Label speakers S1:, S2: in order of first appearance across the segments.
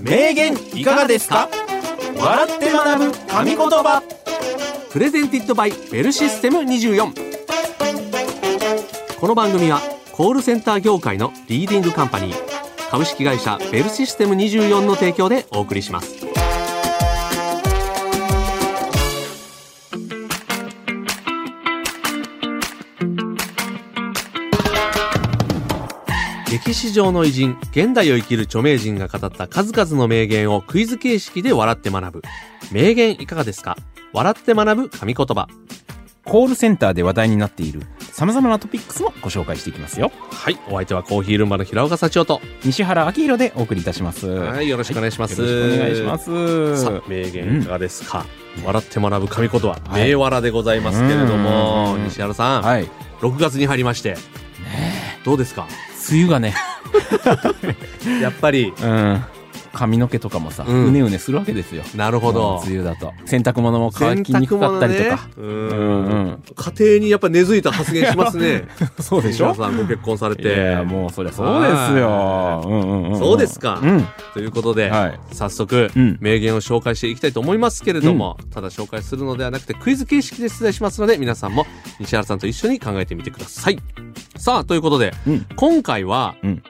S1: 名言いかがですか笑って学ぶ神言葉プレゼンティッドバイベルシステム24この番組はコールセンター業界のリーディングカンパニー株式会社ベルシステム24の提供でお送りします歴史上の偉人、現代を生きる著名人が語った数々の名言をクイズ形式で笑って学ぶ。名言いかがですか笑って学ぶ神言葉。
S2: コールセンターで話題になっている様々なトピックスもご紹介していきますよ。
S1: はい、お相手はコーヒールンバの平岡幸男
S2: 西原明宏でお送りいたします。
S1: と。
S2: は、
S1: はいい、よろしくお願いします。。
S2: よろしくお願いしますす。
S1: さあ、名言いかがですか、笑って学ぶ神言葉、
S2: い
S1: 名笑でございますけれども、
S2: うん
S1: 西原さん、
S2: はい。梅
S1: 6月に入りまして、どうですか
S2: 雨がね、
S1: やっぱり、
S2: うん。髪の毛とかもさ、
S1: うん
S2: うねうねするわけですよ。
S1: なるほど
S2: うん。梅雨だと。洗濯物も乾きにくかったりと
S1: 洗
S2: か。
S1: 濯物ね
S2: う
S1: うん
S2: んうん。
S1: 家庭にやっぱ根付いた発言しますね。
S2: そうでしょ
S1: 西原さんご結婚され
S2: い
S1: て。
S2: やもうそりゃそうです
S1: は
S2: よ。うんうんうんん。
S1: そうですか
S2: うん。
S1: ということで、
S2: はい
S1: 早速、
S2: うん
S1: 名言を紹介していきたいと思いますけれども、ただ紹介するのではなくてクイズ形式で出題しますので、皆さんも西原さんと一緒に考えてみてください。さあ、ということで、
S2: うん
S1: 今回は、
S2: うん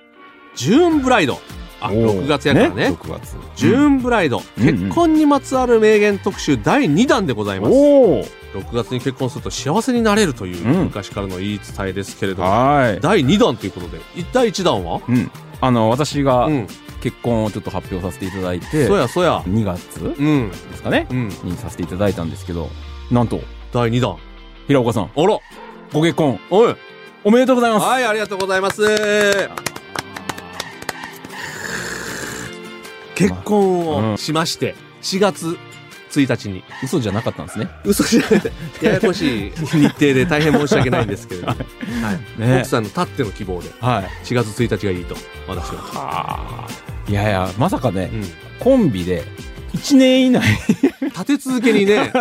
S1: ジューンブライド。あ、
S2: おー
S1: 6月やからね。
S2: 6月。
S1: ジューンブライド、
S2: うんうん
S1: 結婚にまつわる名言特集第2弾でございます。
S2: おお
S1: 6月に結婚すると幸せになれるという
S2: うん
S1: 昔からの言い伝えですけれども、
S2: は。
S1: 第2弾ということで、い第1弾はい
S2: うん。あの、私が
S1: うん。
S2: 結婚をちょっと発表させていただいて、
S1: そやそや。
S2: 2月
S1: うん。
S2: ですかね、
S1: うん。
S2: にさせていただいたんですけど、なんと、
S1: 第2弾。
S2: 平岡さん、
S1: あら。
S2: ご結婚、
S1: おい。
S2: おめでとうございます。
S1: はい、ありがとうございます。結婚をしまして、4月1日に。
S2: 嘘じゃなかったんですね。
S1: 嘘じゃない。ややこしい日程で大変申し訳ないんですけれども。はい。
S2: ね
S1: 奥さんのたっての希望で、
S2: はい。
S1: 4月1日がいいと、私は。
S2: いやいや、まさかね、
S1: うん。
S2: コンビで、1年以内
S1: 立て続けに ね、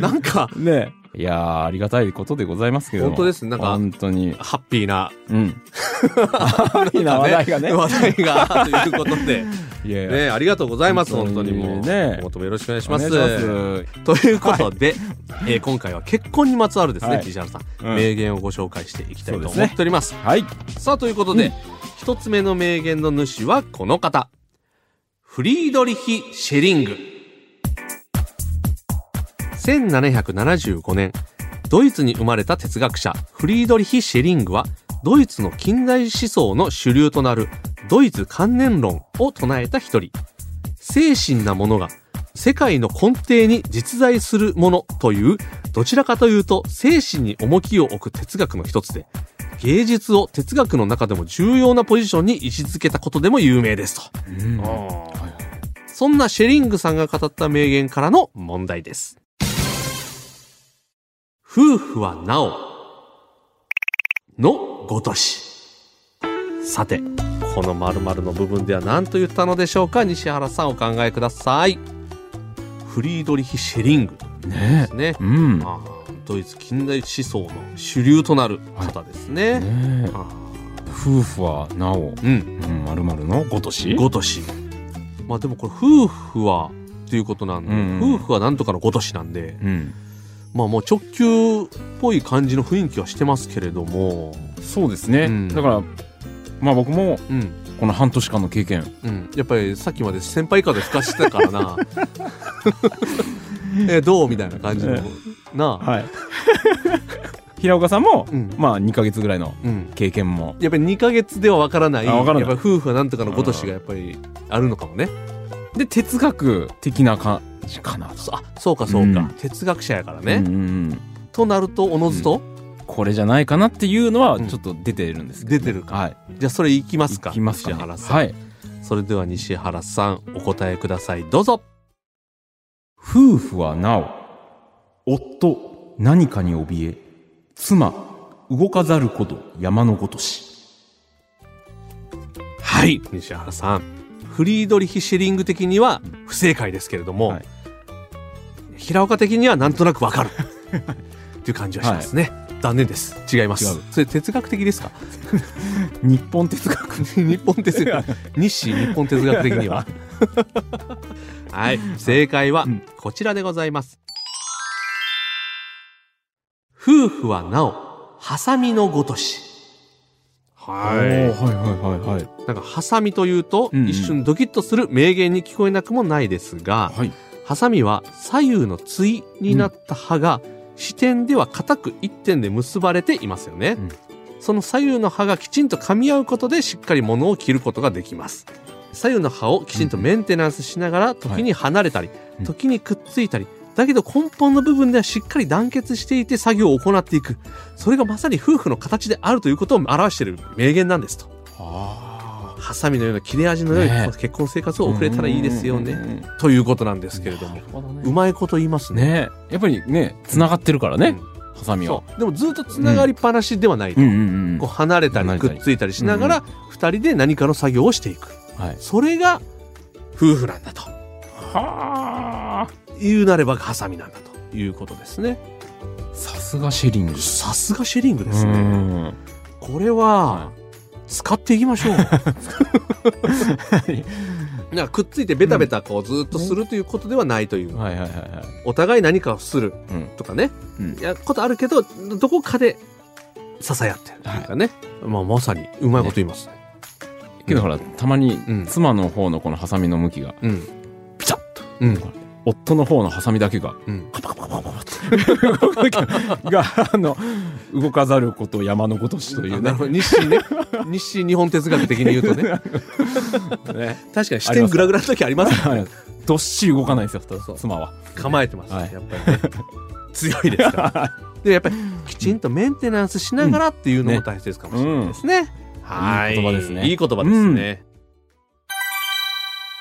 S1: なんか、
S2: ね。いやー、ありがたいことでございますけども。
S1: 本当ですなんか
S2: 本当に。
S1: ハッピーな、
S2: うん。ハッピーな話題がね。
S1: 話題が、ということ で。
S2: いやいや。
S1: ね、ありがとうございます。本
S2: 本
S1: 当
S2: 当
S1: に
S2: に
S1: もう。
S2: ね
S1: 今後ともよろしくお願いし
S2: お
S1: ま
S2: 願
S1: す。
S2: いします。
S1: ということで、えー今回は結婚にまつわるですね、
S2: はい
S1: 石原さん、
S2: うん
S1: 名言をご紹介していきたいと
S2: そうです
S1: 思
S2: ね
S1: っております。
S2: はい。
S1: さあ、ということで、
S2: うん
S1: 一つ目の名言の主はこの方。フリードリヒ・シェリング。1775年、ドイツに生まれた哲学者、フリードリヒ・シェリングは、ドイツの近代思想の主流となる、ドイツ観念論を唱えた一人。精神なものが世界の根底に実在するものという、どちらかというと精神に重きを置く哲学の一つで、芸術を哲学の中でも重要なポジションに位置づけたことでも有名ですと。
S2: うん
S1: そんなシェリングさんが語った名言からの問題です。夫婦はなお、のごとし。さて、この〇〇の部分では何と言ったのでしょうか西原さんお考えください。フリードリヒ・シェリング
S2: ね
S1: ですね。
S2: うん。ね
S1: あードイツ近代思想の主流となる方ですね。あ
S2: 夫婦はなお、
S1: ーうん。
S2: うん、まるまるのごとし
S1: ごとし。まあでもこれ夫婦はっていうことなんで、
S2: うんうん
S1: 夫婦はなんとかのごとしなんで、
S2: うん。
S1: まあもう直球っぽい感じの雰囲気はしてますけれども、
S2: そうですね、
S1: うん
S2: だからまあ僕も
S1: うん、
S2: この半年間の経験
S1: うん。やっぱりさっきまで先輩以下でかしてたからな。 え、どうみたいな感じの
S2: え。
S1: なあ。
S2: はい 平岡さんも、
S1: うん
S2: まあ2ヶ月ぐらいの
S1: うん。
S2: 経験も
S1: やっぱり2ヶ月ではわからない、
S2: あわからない
S1: やっぱり夫婦はなんとかのごとしがやっぱりあるのかもね。
S2: で哲学的な感じかなと
S1: そあ、そうかそうか。
S2: うん
S1: 哲学者やからね。
S2: うんうんうん
S1: となると、おのずと、
S2: これじゃないかなっていうのは
S1: うん
S2: ちょっと出てるんですけど、
S1: 出てるか
S2: はい
S1: じゃあそれいきますか。
S2: いきますか、ね、
S1: 石原さん。
S2: はい
S1: それでは西原さんお答えくださいどうぞ
S2: 夫婦はなお夫何かに怯え妻動かざること山のごとし
S1: はい西原さんフリードリヒ・シェリング的には不正解ですけれども、
S2: はい
S1: 平岡的にはなんとなくわか るっていう感じはしますね、残念です違います
S2: 違う
S1: それ哲学的ですか
S2: 日本哲学
S1: 日本哲学日誌日本哲学的にははい正解は
S2: うん
S1: こちらでございます、夫婦はなおハサミのごとし
S2: おーはいはいはいはい
S1: なんかハサミというと
S2: うんうん
S1: 一瞬ドキッとする名言に聞こえなくもないですが、
S2: はい
S1: ハサミは左右の対になった刃が支点では固く一点で結ばれていますよね、
S2: うん
S1: その左右の刃がきちんと噛み合うことでしっかり物を切ることができます左右の刃をきちんとメンテナンスしながら時に離れたり、
S2: うん
S1: 時にくっついたりだけど根本の部分ではしっかり団結していて作業を行っていくそれがまさに夫婦の形であるということを表している名言なんですと
S2: あ
S1: ハサミのような切れ味の良い
S2: ねえ
S1: 結婚生活を送れたらいいですよねということなんですけれどもうまいこと言いますね
S2: ねやっぱりね繋がってるからね
S1: うん
S2: ハサミは
S1: そうでもずっとつながりっぱなしではないと、
S2: んうんうん
S1: こう離れた
S2: 離
S1: り
S2: れ
S1: く
S2: たり
S1: っついたりしながら2人で何かの作業をしていく
S2: はい
S1: それが夫婦なんだと
S2: はあ
S1: 言うなればハサミなんだということですね
S2: さすがシェリング
S1: さすがシェリングで
S2: です
S1: すね
S2: ね
S1: これは使っていきましょう なんかくっついてベタベタこうずっとするということではないという
S2: はいはいはいはい
S1: お互い何かをする
S2: うん
S1: とかね、
S2: うん
S1: やことあるけどどこかで支え合ってるというかね、まあ、まさにうまいこと言いますね
S2: けどほらたまに
S1: うん
S2: 妻の方のこのハサミの向きが
S1: うん
S2: ピチャッと
S1: うん
S2: 夫の方のハサミだけが
S1: うん
S2: カパカパカパカパってがあの動かざること山のことしとい
S1: な
S2: うね
S1: るほど日清 ね日清日本哲学的に言うとね
S2: ね
S1: 確かに視点グラグラの時あります
S2: どっしり動かないんです
S1: そ
S2: よ
S1: う
S2: 妻は
S1: 構えてます、
S2: はい
S1: やっぱりね強いですから でやっぱりきちんとメンテナンスしながらっていうのも大切かもしれないですね、はい
S2: い言葉ですね
S1: いい言葉ですね、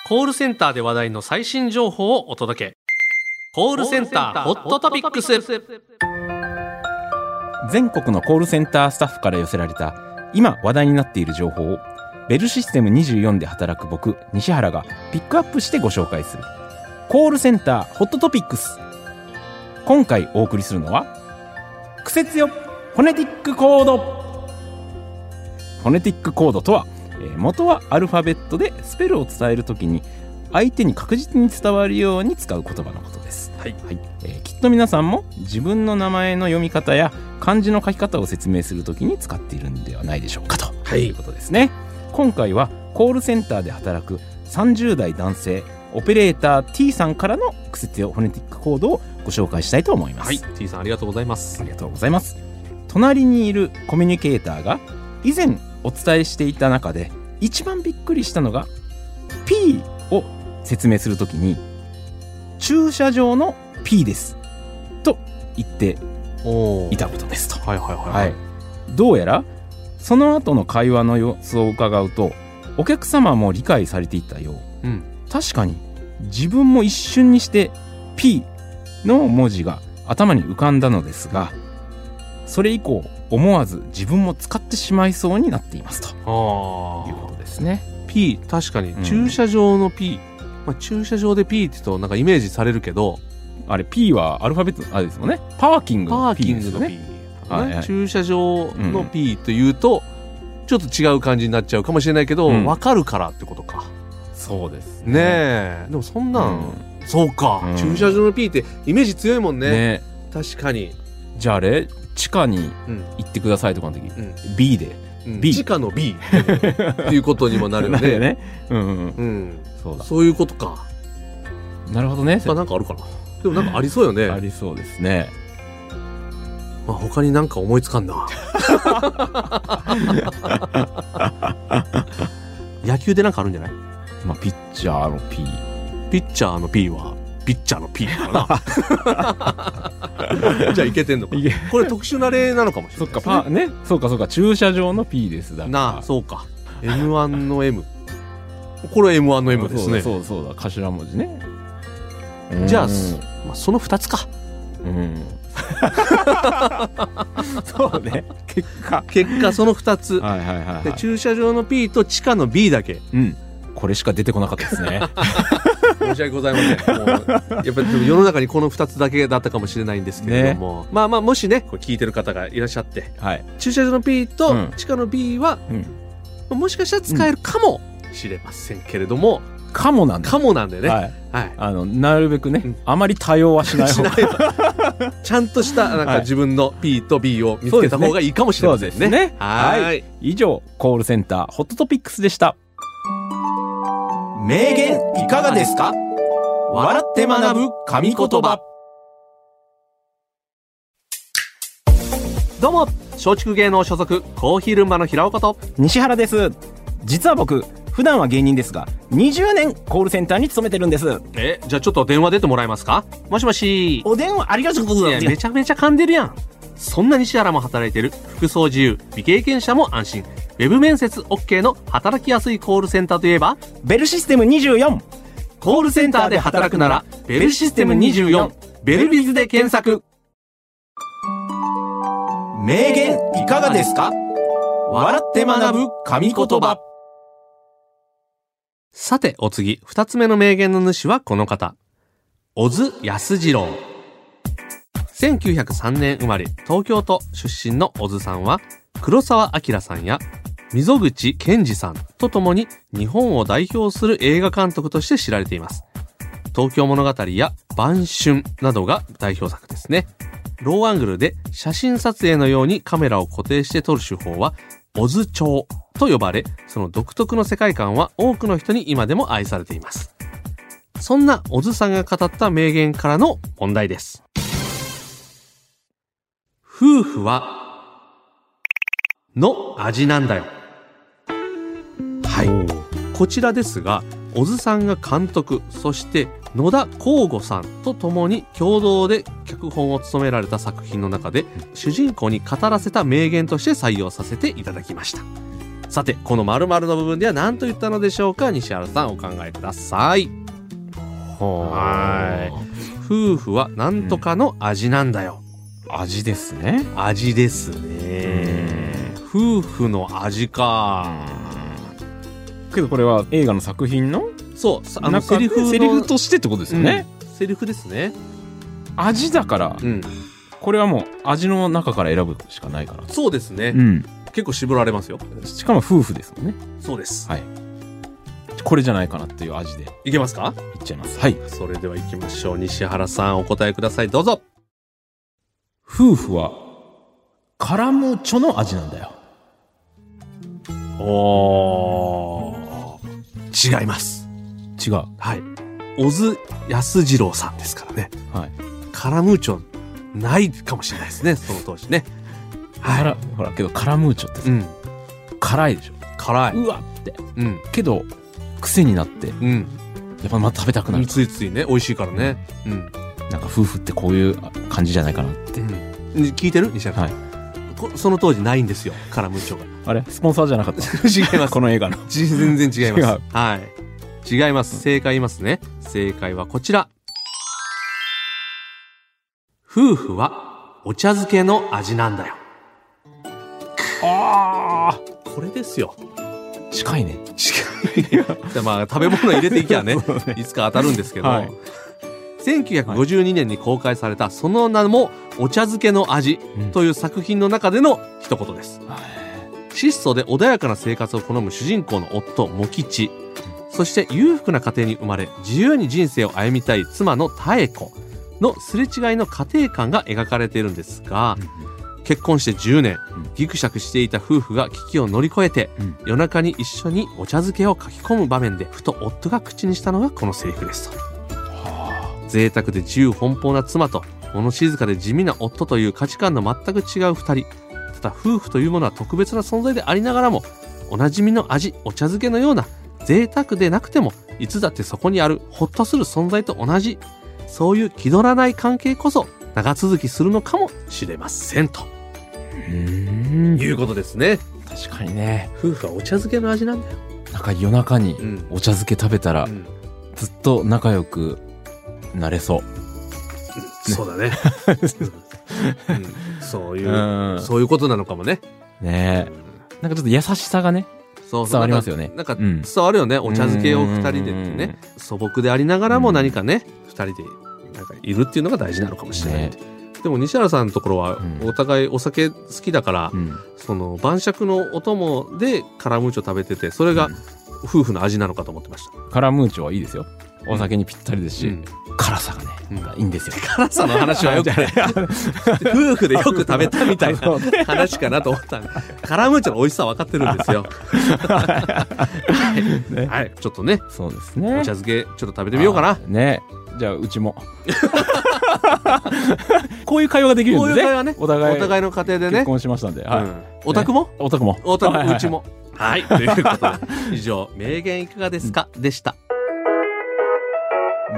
S1: コールセンターで話題の最新情報をお届けコールセンターホットトピックス
S2: 全国のコールセンタースタッフから寄せられた今話題になっている情報をベルシステム24で働く僕西原がピックアップしてご紹介するコールセンターホットトピックス今回お送りするのはクセ強フォネティックコードフォネティックコードとはえー元はアルファベットでスペルを伝えるときに相手に確実に伝わるように使う言葉のことです、
S1: はい
S2: えーきっと皆さんも自分の名前の読み方や漢字の書き方を説明するときに使っているんではないでしょうかと、
S1: はい
S2: いうことですね今回はコールセンターで働く30代男性オペレーター T さんからのクセ強フォネティックコードをご紹介したいと思います、
S1: はい T さんありがとうございます
S2: ありがとうございます隣にいるコミュニケーターが以前お伝えしていた中で一番びっくりしたのが P を説明するときに駐車場の P ですと言って
S1: おー
S2: いたことですと
S1: はいはいは
S2: はいい、どうやらその後の会話の様子を伺うとお客様も理解されていたよう
S1: うん
S2: 確かに自分も一瞬にして P の文字が頭に浮かんだのですがそれ以降思わず自分も使ってしまいそうになっていますと
S1: あ
S2: いう
S1: あ
S2: ことですね。
S1: P 確かに
S2: うん
S1: 駐車場の P、まあ、駐車場で P って言うとなんかイメージされるけど
S2: あれ P はアルファベットのあれですもんねパーキング
S1: パ
S2: の
S1: ー
S2: P
S1: キ
S2: で
S1: ン
S2: す
S1: グ
S2: よ
S1: の P、
S2: ね。はいはい
S1: 駐車場
S2: う
S1: の
S2: ん
S1: P というと、ちょっと違う感じになっちゃうかもしれないけど、
S2: うん
S1: 分かるからってことか
S2: そうです
S1: ねえ、でもそんなん、そうか、
S2: うん
S1: 駐車場の P ってイメージ強いもん
S2: ね
S1: ね
S2: ね
S1: 確かに、
S2: じゃああれ地下に
S1: うん
S2: 行ってくださいとかの時、
S1: ん
S2: B で
S1: うん、
S2: B
S1: 地下の B っていうことにもなるよ
S2: なる
S1: ね
S2: よね。うんうん、
S1: うん、
S2: そうだ。
S1: そういうことか
S2: なるほどね。
S1: まあなんかあるかなでもなんかありそうよね、
S2: ありそうですね。
S1: まあ、他になんか思いつかんな 野球でなんかあるんじゃない
S2: まあピッチャーの P。
S1: ピッチャーの P はピッチャーの P だからな じゃあいけてんのか
S2: いけ
S1: これ特殊な例なのかもし
S2: そ
S1: れ
S2: っ
S1: ない
S2: か
S1: ですね、
S2: パーね。そうかそうか駐車場の P ですだから。
S1: なあそうか M1 の M これ M1 の M ですね
S2: そうだそうだそうだ頭文字ね。
S1: じゃあ、
S2: うん
S1: まあ、その2つか
S2: うん。 そうね。結果。
S1: 結果その2つ
S2: はいはいはい、
S1: で
S2: はい。
S1: 駐車場の P と地下の B だけ
S2: うん。これしか出てこなかったです ね。
S1: 申し訳ございません。もうやっぱりでも世の中にこの2つだけだったかもしれないんですけれども、まあまあもしね、これ聞いてる方がいらっしゃって、
S2: はい。
S1: 駐車場の P と
S2: うん
S1: 地下の B は
S2: うん。
S1: もしかしたら使えるかもしれませんけれども、
S2: かもなんだ
S1: かもなんでね、は
S2: はい、
S1: い
S2: あのなるべくね、
S1: うん
S2: あまり多用はしない
S1: し
S2: 方
S1: な
S2: が
S1: いとちゃんとしたなん
S2: はい
S1: か自分の P と B を見つけた方がいいかもしれませんね。
S2: そうですね
S1: はーい
S2: は以上コールセンターホットトピックスでした名言いかがですか笑って学ぶ神言葉
S1: どうも松竹芸能所属コーヒールンバの平岡と
S2: 西原です実は僕普段は芸人ですが20年コールセンターに勤めてるんです
S1: えじゃあちょっと電話出てもらえますかもしもし
S2: お電話ありがとうご
S1: い
S2: ざい
S1: や
S2: ま
S1: め
S2: す
S1: ちゃめちゃ噛んでるやんそんな西原も働いてる服装自由未経験者も安心ウェブ面接 OK の働きやすいコールセンターといえば
S2: ベルシステム24
S1: コールセンターで働くならベルシステム24ベルビズで検索
S2: 名言いかがですか笑って学ぶ神言葉
S1: さてお次二つ目の名言の主はこの方小津安二郎1903年生まれ東京都出身の小津さんは黒澤明さんや溝口健二さんと共に日本を代表する映画監督として知られています東京物語や晩春などが代表作ですね。ローアングルで写真撮影のようにカメラを固定して撮る手法は、オズ調と呼ばれ、その独特の世界観は多くの人に今でも愛されています。そんなオズさんが語った名言からの問題です。夫婦は、の味なんだよ。はい。こちらですが小津さんが監督そして野田光吾さんと共に共同で脚本を務められた作品の中で主人公に語らせた名言として採用させていただきましたさてこの〇〇の部分では何と言ったのでしょうか西原さんお考えください
S2: は
S1: 夫婦は何とかの味なんだよ、
S2: 味ですね
S1: 味ですね夫婦の味か
S2: けどこれは映画の作品の
S1: そうあの
S2: 中
S1: セリ
S2: で
S1: フの
S2: セリフとしてってことですよね、
S1: うんセリフですね
S2: 味だから
S1: うん
S2: これはもう味の中から選ぶしかないから、
S1: そうですね、
S2: ん、
S1: 結構絞られますよ
S2: しかも夫婦ですもんね
S1: そうです
S2: はいこれじゃないかなっていう味でい
S1: いけますか
S2: っちゃいますはい
S1: それでは行きましょう西原さんお答えくださいどうぞ
S2: 夫婦はカラムーチョの味なんだよ
S1: お違います
S2: 違う
S1: はい小津安二郎さんですからね
S2: はい
S1: カラムーチョないかもしれないですねその当時ね
S2: カ
S1: は
S2: ラほらけどカラムーチョって
S1: い
S2: さ
S1: うん
S2: 辛いでしょ
S1: 辛いう
S2: わって
S1: うん
S2: けど癖になってや
S1: う
S2: っぱまた食べたくなる
S1: んついついね美味しいからねうん
S2: なんか夫婦ってこういう感じじゃないかな
S1: うんに聞いてる西原さん、こその当時ないんですよカラムーチョが
S2: あれスポンサーじゃなかった
S1: 違います
S2: この映 画の
S1: ち全然違いま
S2: 違
S1: す。はい。違います。正解言いますね。正解はこちら。夫婦はお茶漬けの味なんだよ。
S2: あ
S1: これですよ。
S2: ー近いね、
S1: 違う。でまあ食べ物入れていきゃね
S2: そうね
S1: いつか当たるんですけど。
S2: はい
S1: 1952年に公開されたその名も「お茶漬けの味
S2: うん」
S1: という作品の中での一言です。質素で穏やかな生活を好む主人公の夫、茂吉。そして裕福な家庭に生まれ、自由に人生を歩みたい妻の妙子のすれ違いの家庭観が描かれているんですが、結婚して10年
S2: うん、
S1: ギクシャクしていた夫婦が危機を乗り越えて
S2: うん、
S1: 夜中に一緒にお茶漬けを書き込む場面で、ふと夫が口にしたのがこのセリフですと。贅沢で自由奔放な妻と物静かで地味な夫という価値観の全く違う二人ただ夫婦というものは特別な存在でありながらもおなじみの味お茶漬けのような贅沢でなくてもいつだってそこにあるほっとする存在と同じそういう気取らない関係こそ長続きするのかもしれませんと
S2: うーん
S1: いうことですね
S2: 確かにね
S1: 夫婦はお茶漬けの味なんだよ、
S2: なんか夜中に
S1: うん
S2: お茶漬け食べたら
S1: うん
S2: ずっと仲良くなれそう
S1: そう だね、うんそういう、
S2: うん
S1: そういうことなのかもね、
S2: ねえなんかちょっと優しさがね
S1: そうそう
S2: 伝わりますよね
S1: なんか
S2: う
S1: 伝
S2: ん
S1: わるよね、お茶漬けを二人でってね素朴でありながらも何かね二人でなんかいるっていうのが大事なのかもしれない、
S2: ね
S1: でも西原さんのところは
S2: うん
S1: お互いお酒好きだから、
S2: うん
S1: その晩酌のお供でカラムーチョ食べててそれが
S2: うん
S1: 夫婦の味なのかと思ってました、
S2: カラムーチョはいいですよお酒にぴったりですし、
S1: うん
S2: 辛さがね、
S1: う
S2: いい んですよ
S1: 辛さの話 はよくない夫婦でよく食べたみたいな話かなと思ったんでカラムーチョの美味しさは分かってるんですよ
S2: ね
S1: はいちょっとね
S2: そうです
S1: お
S2: ね
S1: 茶漬けちょっと食べてみようかな
S2: ねじゃあう ちもこういう会話ができるん
S1: こうい
S2: で
S1: う
S2: ね
S1: 会話ね
S2: お互い
S1: お互いの家庭でね
S2: 結婚しましたんで、
S1: う
S2: はい
S1: んオタクも
S2: お宅も
S1: オタク
S2: はいは
S1: も
S2: いはいう
S1: ちもはい ということで以上名言いかがですかでした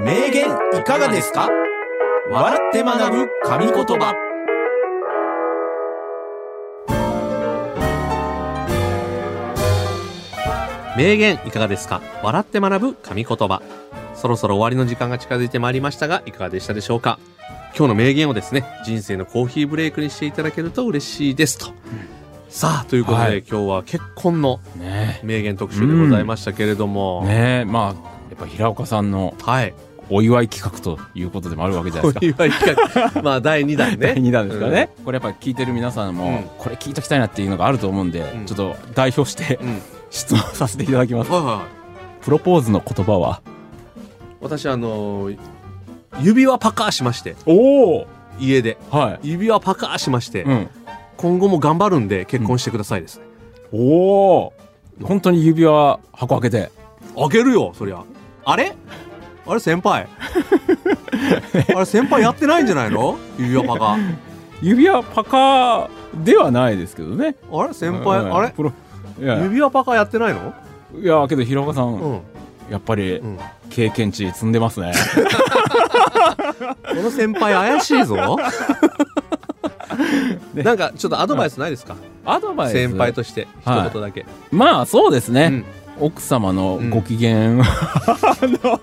S2: 名言いかがですか笑って学ぶ神言葉
S1: 名言いかがですか笑って学ぶ神言葉そろそろ終わりの時間が近づいてまいりましたがいかがでしたでしょうか今日の名言をですね人生のコーヒーブレイクにしていただけると嬉しいですと、さあということで、
S2: はい
S1: 今日は結婚の
S2: ね
S1: 名言特集でございましたけれども、
S2: えねえまあやっぱ平岡さんの
S1: はい
S2: お祝い企画ということでもあるわけじゃない
S1: こ
S2: ですか
S1: れは一回まあ第2弾ね
S2: 第2弾ですからね、これやっぱ聞いてる皆さんも、
S1: うん
S2: これ聞いときたいなっていうのがあると思うんで、
S1: ん
S2: ちょっと代表して
S1: うん、うん、
S2: 質問させていただきます
S1: はいはい
S2: プロポーズの言葉は
S1: 私あのー指輪パカーしまして
S2: おお
S1: 家で
S2: はい
S1: 指輪パカーしまして、
S2: うん
S1: 今後も頑張るんで結婚してくださいですね、
S2: おお本当に指輪箱開けて
S1: あげるよそりゃあれあれ先 輩あれ先輩やってないんじゃないの指輪パカ
S2: 指輪パカではないですけどね
S1: あれ先輩、
S2: うん
S1: あれ
S2: プロいや
S1: 指輪パカやってないの
S2: いやけど平岡さん、
S1: うん、
S2: やっぱり
S1: うん、こ
S2: 経験値積ん でますね
S1: の先輩怪しいぞ
S2: ね
S1: なんかちょっとアドバイスないですか、
S2: アドバイス
S1: 先輩として一言だけ、
S2: まあそうですね、
S1: うん
S2: 奥様のご機嫌、 あの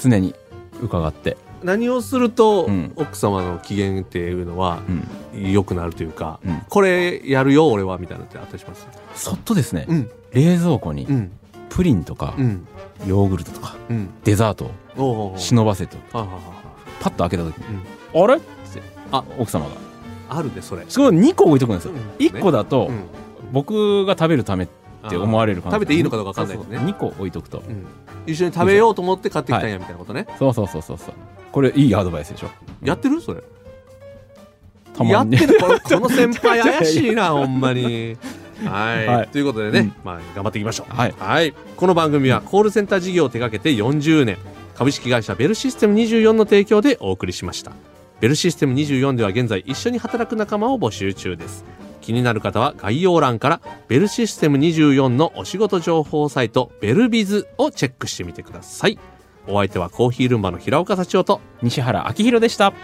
S2: 常に伺って、
S1: 何をすると、
S2: うん
S1: 奥様の機嫌っていうのは
S2: うん
S1: 良くなるというか、
S2: うん
S1: これやるよ俺はみたいなのってあったりします
S2: そっとですね、
S1: うん
S2: 冷蔵庫に
S1: うん
S2: プリンとか、
S1: うん
S2: ヨーグルトとか
S1: うん
S2: デザートを
S1: おうおうおう
S2: 忍ばせて
S1: はあはあは
S2: パッと開けた時に
S1: うん
S2: 「あれ?」って
S1: あ
S2: 奥様が
S1: ああるでそれ
S2: すごい2個置いとくんですよ、
S1: うん
S2: 1個だと、
S1: うん
S2: 僕が食べるためって思われる感じ
S1: 食べていいのかどうかわかんないですね
S2: 2個置いとくと
S1: うん一緒に食べようと思って買ってきたんやみたいなことね、
S2: そうそうそうそうそうこれいいアドバイスでしょうん
S1: やってるそれ
S2: た
S1: や
S2: ま
S1: っ
S2: に
S1: てるこのこの先輩怪しいなほんま にはい、
S2: はい
S1: ということでね、
S2: うん
S1: まあ、頑張っていきましょう
S2: はい
S1: この番組はコールセンター事業を手掛けて40年株式会社ベルシステム24の提供でお送りしましたベルシステム24では現在一緒に働く仲間を募集中です気になる方は概要欄からベルシステム24のお仕事情報サイトベルビズをチェックしてみてくださいお相手はコーヒールンバの平岡幸男と
S2: 西原明宏でした